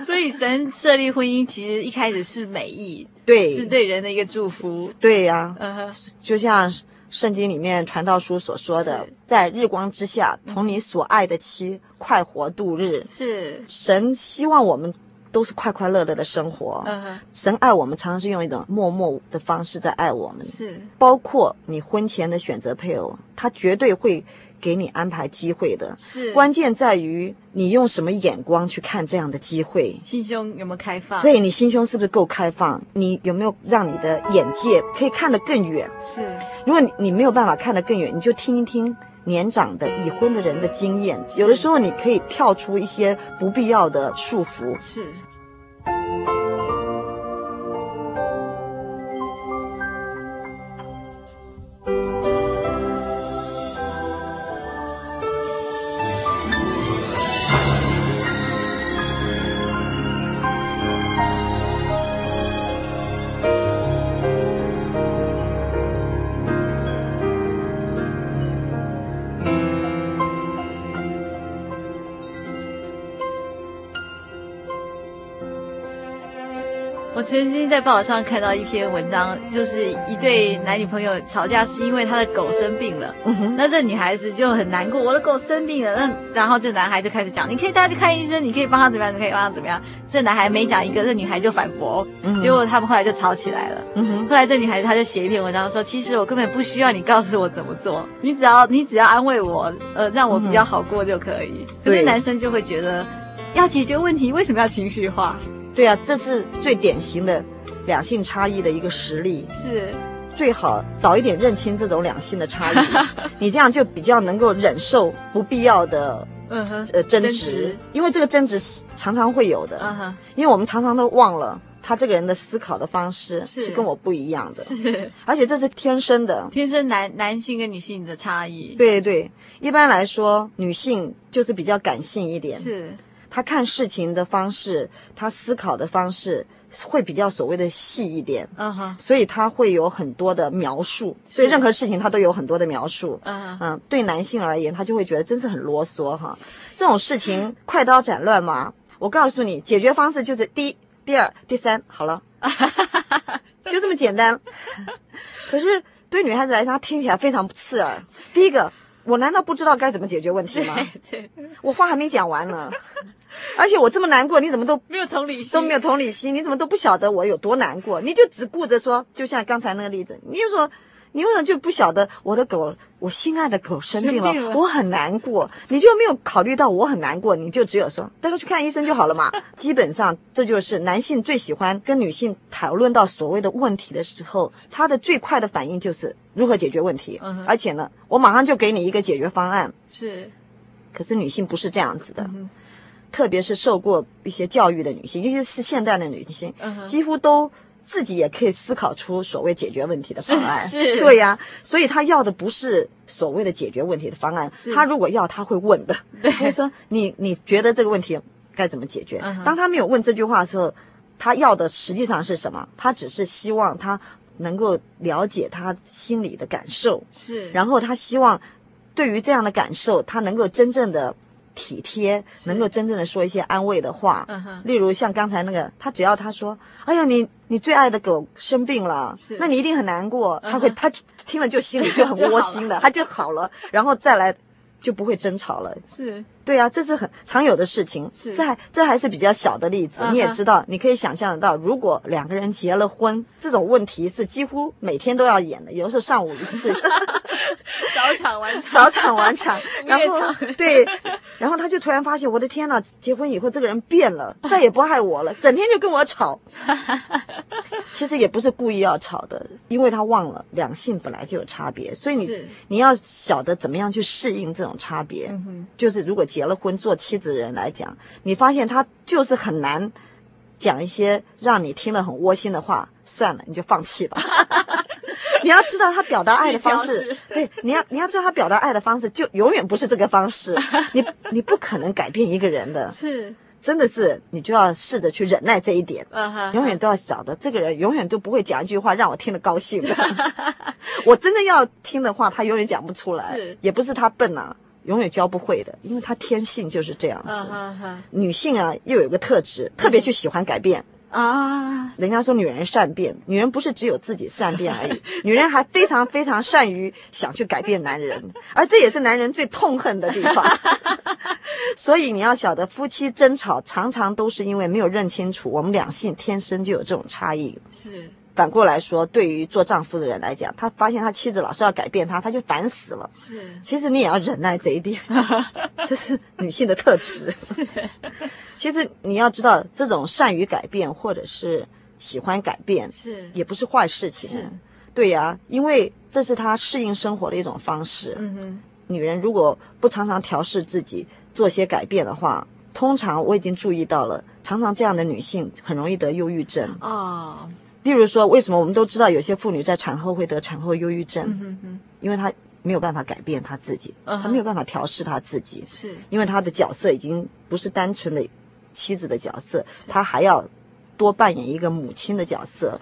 A: 所以神设立婚姻，其实一开始是美意，是
C: 对
A: 对人的一个祝福。
C: 对呀、
A: 嗯哼，
C: 就像圣经里面传道书所说的
A: 是，
C: 在日光之下，同你所爱的妻快活度日。
A: 是，
C: 神希望我们。都是快快乐乐的生活。
A: 嗯哼，
C: 神爱我们，常常是用一种默默的方式在爱我们。
A: 是
C: 包括你婚前的选择配偶，他绝对会给你安排机会的。
A: 是，
C: 关键在于你用什么眼光去看这样的机会，
A: 心胸有没有开放？，
C: 对你心胸是不是够开放？你有没有让你的眼界可以看得更远？
A: 是
C: 如果你你没有办法看得更远，你就听一听年长的已婚的人的经验，
A: 是
C: 有的时候你可以跳出一些不必要的束缚。
A: 是我曾经在报纸上看到一篇文章，就是一对男女朋友吵架是因为他的狗生病了，
C: 嗯
A: 那这女孩子就很难过，我的狗生病了，那然后这男孩就开始讲，你可以带他去看医生，你可以帮他怎么样，你可以帮他怎么样。这男孩每讲一个，这女孩就反驳，结果他们后来就吵起来了。
C: 嗯哼，
A: 后来这女孩子她就写一篇文章说，其实我根本不需要你告诉我怎么做，你只要你只要安慰我，呃，让我比较好过就可以。可是
C: 对
A: 男生就会觉得，要解决问题为什么要情绪化？
C: 对啊，这是最典型的两性差异的一个实例。
A: 是
C: 最好早一点认清这种两性的差异，
A: [laughs]
C: 你这样就比较能够忍受不必要的
A: 嗯哼，
C: 呃争
A: 争
C: 执
A: 执，
C: 因为这个争执是常常会有的，
A: 嗯哼，
C: 因为我们常常都忘了他这个人的思考的方式
A: 是
C: 是跟我不一样的，
A: 是
C: 而且这是天生的。
A: 天生男男性跟女性的差异，
C: 对对，一般来说，女性就是比较感性一点，
A: 是
C: 她看事情的方式，她思考的方式会比较所谓的细一点，
A: 嗯哼，
C: 所以她会有很多的描述，
A: 是
C: 对任何事情她都有很多的描述。
A: 嗯哼，
C: 嗯，对男性而言，他就会觉得真是很啰嗦哈。这种事情快刀斩乱麻，我告诉你，解决方式就是第一、第二、第三，好了，就这么简单。可是对女孩子来讲，她听起来非常刺耳。第一个，我难道不知道该怎么解决问题吗？
A: 对，
C: 我话还没讲完呢，而且我这么难过，你怎么都
A: 没有同理心，
C: 都没有同理心，你怎么都不晓得我有多难过？你就只顾着说，就像刚才那个例子，你就说，你为什么就不晓得我的狗，我心爱的狗生病
A: 生
C: 了，
A: 病了
C: 我很难过，你就没有考虑到我很难过，你就只有说带它去看医生就好
A: [laughs]
C: 了嘛。基本上这就是男性最喜欢跟女性讨论到所谓的问题的时候，他的最快的反应就是如何解决问题，
A: 嗯哼
C: 而且呢，我马上就给你一个解决方案。
A: 是，
C: 可是女性不是这样子的，
A: 嗯哼
C: 特别是受过一些教育的女性，尤其是现代的女性，
A: 嗯哼，
C: 几乎都自己也可以思考出所谓解决问题的方
A: [laughs]
C: 案。
A: 是是
C: 对呀、所以她要的不是所谓的解决问题的方案
A: 是，
C: 她如果要，她会问的。
A: 对
C: 她会说你你觉得这个问题该怎么解决？
A: 嗯哼
C: 当她没有问这句话的时候，她要的实际上是什么？她只是希望她能够了解她心里的感受。
A: 是，
C: 然后他希望对于这样的感受，他能够真正的体贴，
A: 是
C: 能够真正的说一些安慰的话。
A: 嗯哼，
C: 例如像刚才那个，他只要他说：“哎呦，你你最爱的狗生病了
A: 是，
C: 那你一定很难过。”
A: 嗯哼
C: 他会他听了就心里就很
A: [laughs] 就好
C: 窝
A: 了
C: 心的，他就好了，然后再来就不会争吵了。
A: 是
C: 对啊，这是很常有的事情。
A: 是
C: 这还这还是比较小的例子。
A: 嗯哼
C: 你也知道，你可以想象得到，如果两个人结了婚，这种问题是几乎每天都要演的，有的时候上午一次，
A: 早产晚
C: [laughs]
A: 产，
C: 早产晚产，
A: 午
C: 然
A: 夜
C: 后
A: 场
C: 对，然后他就突然发现，我的天呐，结婚以后这个人变了，再也不爱我了，整天就跟我吵。其实也不是故意要吵的，因为他忘了两性本来就有差别，所以你
A: 是
C: 你要晓得怎么样去适应这种差别。
A: 嗯哼，
C: 就是如果结了婚做妻子的人来讲，你发现他就是很难讲一些让你听了很窝心的话，算了，你就放弃 [laughs] 吧。你要知道他表达爱的方
A: 去
C: 式
A: 调，
C: 对，你要你要知道他表达爱的方式就永远不是这个方 [laughs] 式，你你不可能改变一个人的，
A: 是，
C: 真的是你就要试着去忍耐这一点。
A: 嗯哼，
C: 永远都要晓得，这个人永远都不会讲一句话让我听得高兴
A: [laughs]
C: 的。我真的要听的话，他永远讲不出来
A: 是，
C: 也不是他笨啊，永远教不会的，因为他天性就是这样
A: 嗯
C: 子。
A: 哼哼
C: 女性啊，又有一个特质，特别去喜欢改变。
A: 啊，
C: 人家说女人善变，女人不是只有自己善变而已， [laughs] 女人还非常非常善于想去改变男人，而这也是男人最痛恨的地方。 [laughs] 所以你要晓得，夫妻争吵常常都是因为没有认清楚我们两性天生就有这种差异。
A: 是
C: 反过来说，对于做丈夫的人来讲，他发现他妻子老是要改变他，他就烦死了。
A: 是
C: 其实你也要忍耐这
A: [laughs]
C: 一点，这是女性的特质。其实你要知道，这种善于改变或者是喜欢改变，
A: 是，
C: 也不是坏事情。
A: 是
C: 对呀、因为这是她适应生活的一种方式。
A: 嗯哼，
C: 女人如果不常常调试自己，做些改变的话，通常我已经注意到了，常常这样的女性很容易得忧郁症。
A: 哦，
C: 例如说，为什么我们都知道有些妇女在产后会得产后忧郁症？
A: 嗯哼哼，
C: 因为她没有办法改变她自己，
A: 嗯哼
C: 她没有办法调试她自己，
A: 是
C: 因为她的角色已经不是单纯的妻子的角色，她还要多扮演一个母亲的角色，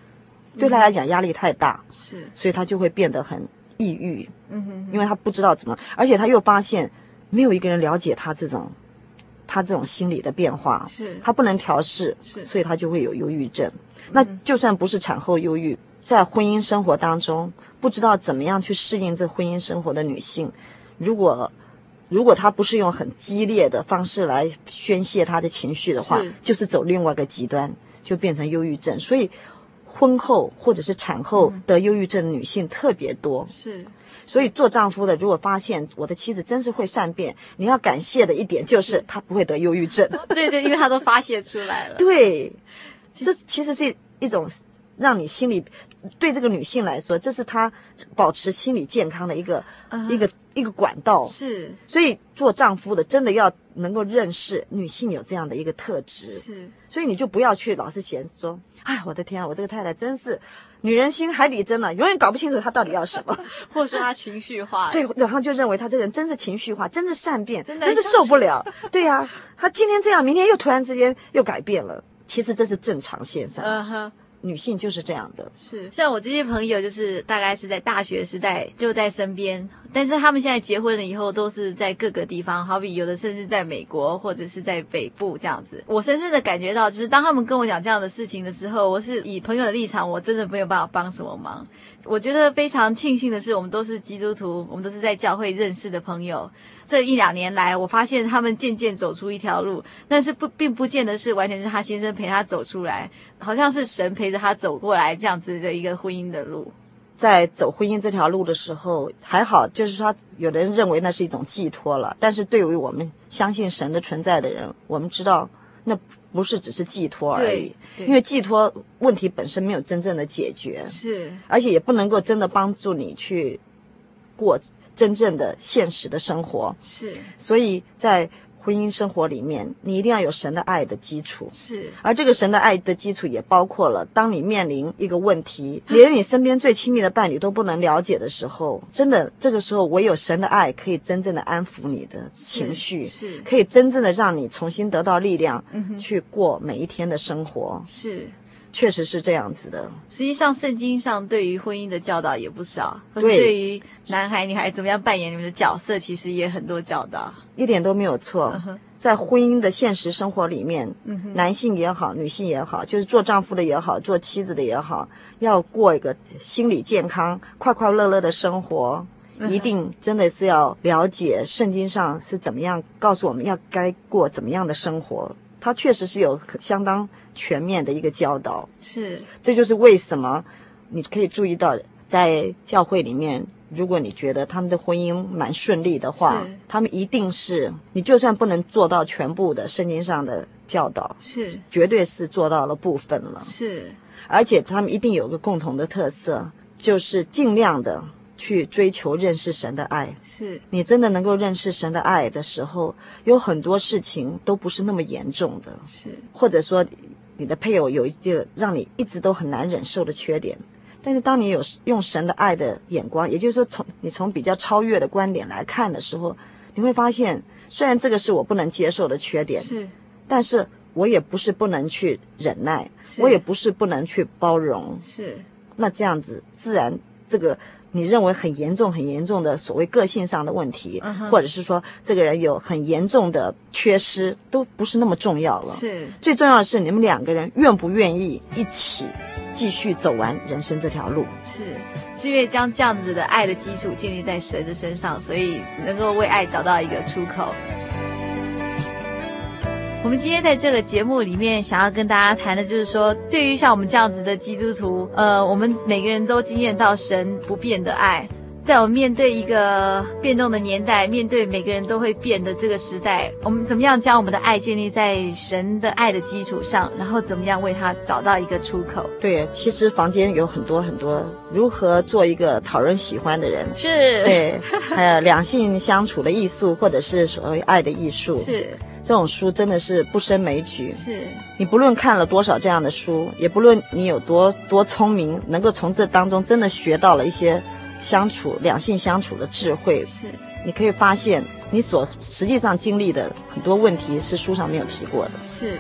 A: 嗯
C: 对她来讲压力太大，
A: 是，
C: 所以她就会变得很抑郁，
A: 嗯哼哼，
C: 因为她不知道怎么，而且她又发现没有一个人了解她这种。她这种心理的变化，
A: 是
C: 她不能调试，
A: 是嗯
C: 所以她就会有忧郁症。那就算不是产后忧郁，在婚姻生活当中，不知道怎么样去适应这婚姻生活的女性，如果如果她不是用很激烈的方式来宣泄她的情绪的话
A: 是，
C: 就是走另外一个极端，就变成忧郁症。所以，婚后或者是产后得忧郁症的女性特别多。
A: 嗯是
C: 所以做丈夫的，如果发现我的妻子真是会善变，你要感谢的一点就是她不会得忧郁症。
A: 对对，因为他都发泄出来了，
C: 对，这其实是一种让你心里对这个女性来说，这是她保持心理健康的一个、一个一个管道。
D: 啊是
C: 所以做丈夫的真的要能够认识女性有这样的一个特质，
D: 是，
C: 所以你就不要去老是嫌说，哎，我的天啊，我这个太太真是女人心海底针啊，永远搞不清楚她到底要什
D: [laughs]
C: 么。
A: 或者说他情绪化，
C: 对，然后就认为他这个人真是情绪化，真是善变，
D: 真
C: 真
D: 的
C: 是受不了。对呀、他今天这样，明天又突然之间又改变了。其实这是正常现象，
D: 嗯哼，
C: 女性就是这样的。
D: 是
A: 像我这些朋友，就是大概是在大学时代就在身边，但是他们现在结婚了以后，都是在各个地方，好比有的甚至在美国或者是在北部这样子。我深深的感觉到，就是当他们跟我讲这样的事情的时候，我是以朋友的立场，我真的没有办法帮什么忙。我觉得非常庆幸的是，我们都是基督徒，我们都是在教会认识的朋友。这一两年来，我发现他们渐渐走出一条路，但是不，并不见得是完全是他先生陪他走出来，好像是神陪着他走过来这样子的一个婚姻的路。
C: 在走婚姻这条路的时候，还好，就是说，有的人认为那是一种寄托了，但是对于我们相信神的存在的人，我们知道那不是只是寄托而已，
D: 对
C: 因为寄托问题本身没有真正的解决，
D: 是
C: 而且也不能够真的帮助你去过真正的现实的生活。
D: 是
C: 所以在婚姻生活里面，你一定要有神的爱的基础。
D: 是
C: 而这个神的爱的基础也包括了，当你面临一个问题，连你身边最亲密的伴侣都不能了解的时候，真的这个时候唯有神的爱可以真正的安抚你的情绪，
D: 是嗯
C: 可以真正的让你重新得到力量，
A: 嗯
C: 去过每一天的生活。
D: 是
C: 确实是这样子的。
A: 实际上，圣经上对于婚姻的教导也不少，或是
C: 对
A: 对于男孩、女孩怎么样扮演你们的角色，其实也很多教导。
C: 一点都没有错。在婚姻的现实生活里面，男性也好，女性也好，就是做丈夫的也好，做妻子的也好，要过一个心理健康、快快乐乐的生活，一定真的是要了解圣经上是怎么样告诉我们要该过怎么样的生活。它确实是有相当全面的一个教导。
D: 是
C: 这就是为什么你可以注意到，在教会里面，如果你觉得他们的婚姻蛮顺利的话
D: 是，
C: 他们一定是你就算不能做到全部的圣经上的教导，
D: 是
C: 绝对是做到了部分了。
D: 是
C: 而且他们一定有个共同的特色，就是尽量的去追求认识神的爱。
D: 是
C: 你真的能够认识神的爱的时候，有很多事情都不是那么严重的。
D: 是
C: 或者说你的配偶有一个让你一直都很难忍受的缺点，但是当你有用神的爱的眼光，也就是说从你从比较超越的观点来看的时候，你会发现，虽然这个是我不能接受的缺点，
D: 是
C: 但是我也不是不能去忍耐，
D: 是
C: 我也不是不能去包容。
D: 是
C: 那这样子，自然这个你认为很严重、很严重的所谓个性上的问题，
D: 嗯
C: 或者是说这个人有很严重的缺失，都不是那么重要了。
D: 是
C: 最重要的是你们两个人愿不愿意一起继续走完人生这条路。
D: 是
A: 是 [laughs] 因为将这样子的爱的基础建立在神的身上，所以能够为爱找到一个出口。我们今天在这个节目里面，想要跟大家谈的就是说，对于像我们这样子的基督徒，呃，我们每个人都经验到神不变的爱。在我们面对一个变动的年代，面对每个人都会变的这个时代，我们怎么样将我们的爱建立在神的爱的基础上，然后怎么样为他找到一个出口？
C: 对，其实房间有很多很多如何做一个讨人喜欢的人，
A: 是
C: 对，还有两性相处的艺术，或者是所谓爱的艺术，
D: 是
C: 这种书真的是不胜枚举。
D: 是
C: 你不论看了多少这样的书，也不论你有多多聪明，能够从这当中真的学到了一些相处两性相处的智慧，
D: 是
C: 你可以发现你所实际上经历的很多问题是书上没有提过的，
D: 是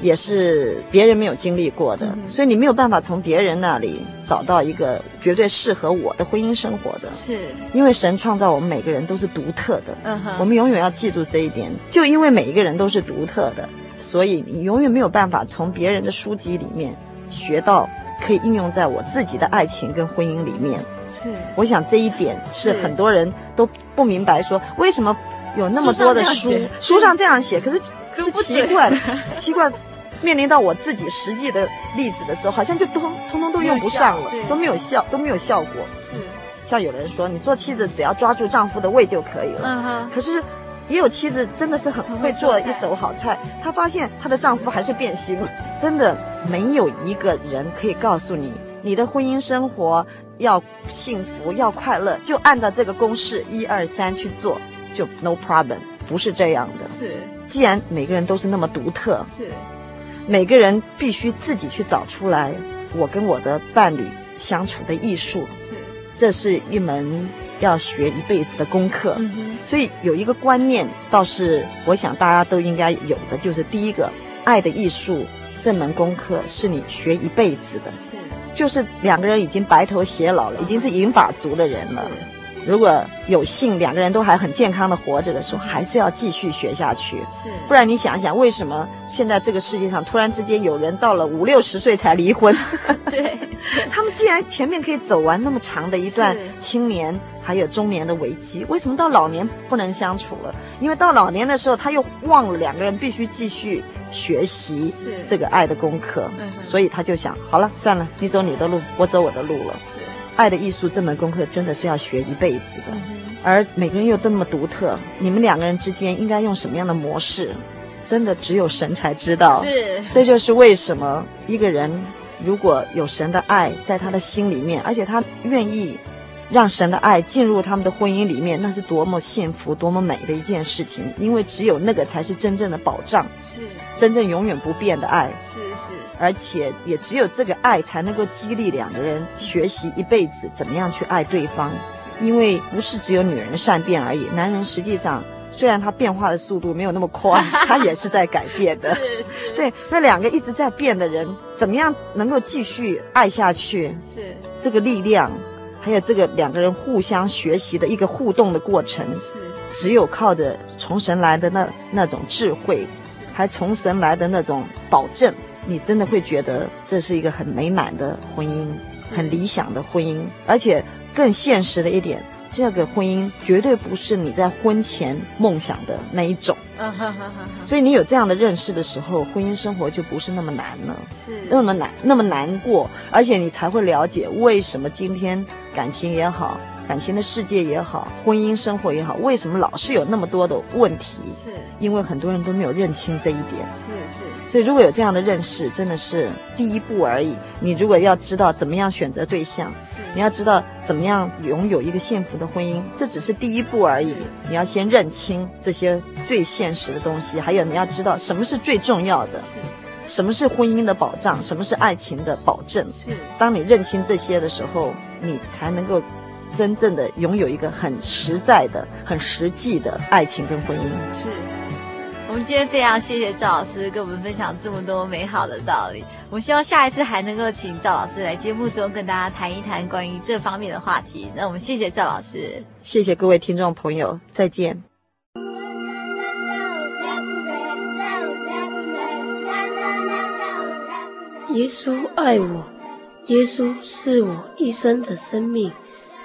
C: 也是别人没有经历过的，所以你没有办法从别人那里找到一个绝对适合我的婚姻生活的，
D: 是
C: 因为神创造我们每个人都是独特的，
D: 嗯哼
C: 我们永远要记住这一点，就因为每一个人都是独特的，所以你永远没有办法从别人的书籍里面学到可以应用在我自己的爱情跟婚姻里面。
D: 是
C: 我想这一点是
D: 是
C: 很多人都不明白，说为什么有那么多的
D: 书上
C: 书
D: 这样写，
C: 书上这样写，可是
D: [laughs] 都
C: 是
D: 不
C: 奇
D: 准 [laughs]
C: 怪的，奇怪。面临到我自己实际的例子的时候，好像就都通通都用不上
D: 没有效
C: 了
D: 对，
C: 都没有效，都没有效果。
D: 是
C: 像有人说，你做妻子只要抓住丈夫的胃就可以了。
D: 嗯哼
C: 可是，也有妻子真的是很会做一手好菜，她发现她的丈夫还是变心了。真的没有一个人可以告诉你，你的婚姻生活要幸福要快乐，就按照这个公式一二三去做，就 no problem。不是这样的。
D: 是
C: 既然每个人都是那么独特，
D: 是
C: 每个人必须自己去找出来，我跟我的伴侣相处的艺术，
D: 是，
C: 这是一门要学一辈子的功课。
D: 嗯哼，
C: 所以有一个观念倒是我想大家都应该有的，就是第一个，爱的艺术这门功课是你学一辈子的，
D: 是
C: 就是两个人已经白头偕老了，已经是银发族的人了。如果有幸两个人都还很健康的活着的时候，还是要继续学下去。
D: 是，
C: 不然你想想，为什么现在这个世界上突然之间有人到了五六十岁才离婚？
D: [laughs]
C: [laughs]
D: 对，
C: 他们既然前面可以走完那么长的一段
D: 是
C: 青年还有中年的危机，为什么到老年不能相处了？因为到老年的时候，他又忘了两个人必须继续学习
D: 是
C: 这个爱的功课
D: 嗯，哼
C: 所以他就想，好了，算了，你走你的路，我走我的路了。
D: 是，
C: 爱的艺术这门功课真的是要学一辈子的。
D: 嗯哼，
C: 而每个人又都那么独特，你们两个人之间应该用什么样的模式，真的只有神才知道。
D: 是
C: 这就是为什么一个人如果有神的爱在他的心里面，而且他愿意让神的爱进入他们的婚姻里面，那是多么幸福、多么美的一件事情。因为只有那个才是真正的保障，
D: 是是
C: 真正永远不变的爱。
D: 是是，
C: 而且也只有这个爱才能够激励两个人学习一辈子怎么样去爱对方，因为不是只有女人善变而已，男人实际上虽然他变化的速度没有那么快，他也是在改变的。
D: 是是，
C: 对，那两个一直在变的人，怎么样能够继续爱下去？
D: 是
C: 这个力量，还有这个两个人互相学习的一个互动的过程，
D: 是
C: 只有靠着从神来的那那种智慧，
D: 是，
C: 还从神来的那种保证，你真的会觉得这是一个很美满的婚姻，
D: 是
C: 很理想的婚姻。而且更现实的一点，这个婚姻绝对不是你在婚前梦想的那一种。
D: 嗯哈哈哈哈，
C: 所以你有这样的认识的时候，婚姻生活就不是那么难了。
D: 是
C: 那么难，那么难过，而且你才会了解为什么今天感情也好，感情的世界也好，婚姻生活也好，为什么老是有那么多的问题？
D: 是
C: 因为很多人都没有认清这一点。
D: 是是是
C: 所以，如果有这样的认识，真的是第一步而已。你如果要知道怎么样选择对象，
D: 是，
C: 你要知道怎么样拥有一个幸福的婚姻，这只是第一步而已
D: 是。
C: 你要先认清这些最现实的东西，还有你要知道什么是最重要的，
D: 是
C: 什么是婚姻的保障，什么是爱情的保证。
D: 是
C: 当你认清这些的时候，你才能够真正的拥有一个很实在的、很实际的爱情跟婚姻。
A: 是。我们今天非常谢谢赵老师跟我们分享这么多美好的道理。我希望下一次还能够请赵老师来节目中跟大家谈一谈关于这方面的话题。那我们谢谢赵老师。
C: 谢谢各位听众朋友，再见。
E: 耶稣爱我，耶稣是我一生的生命，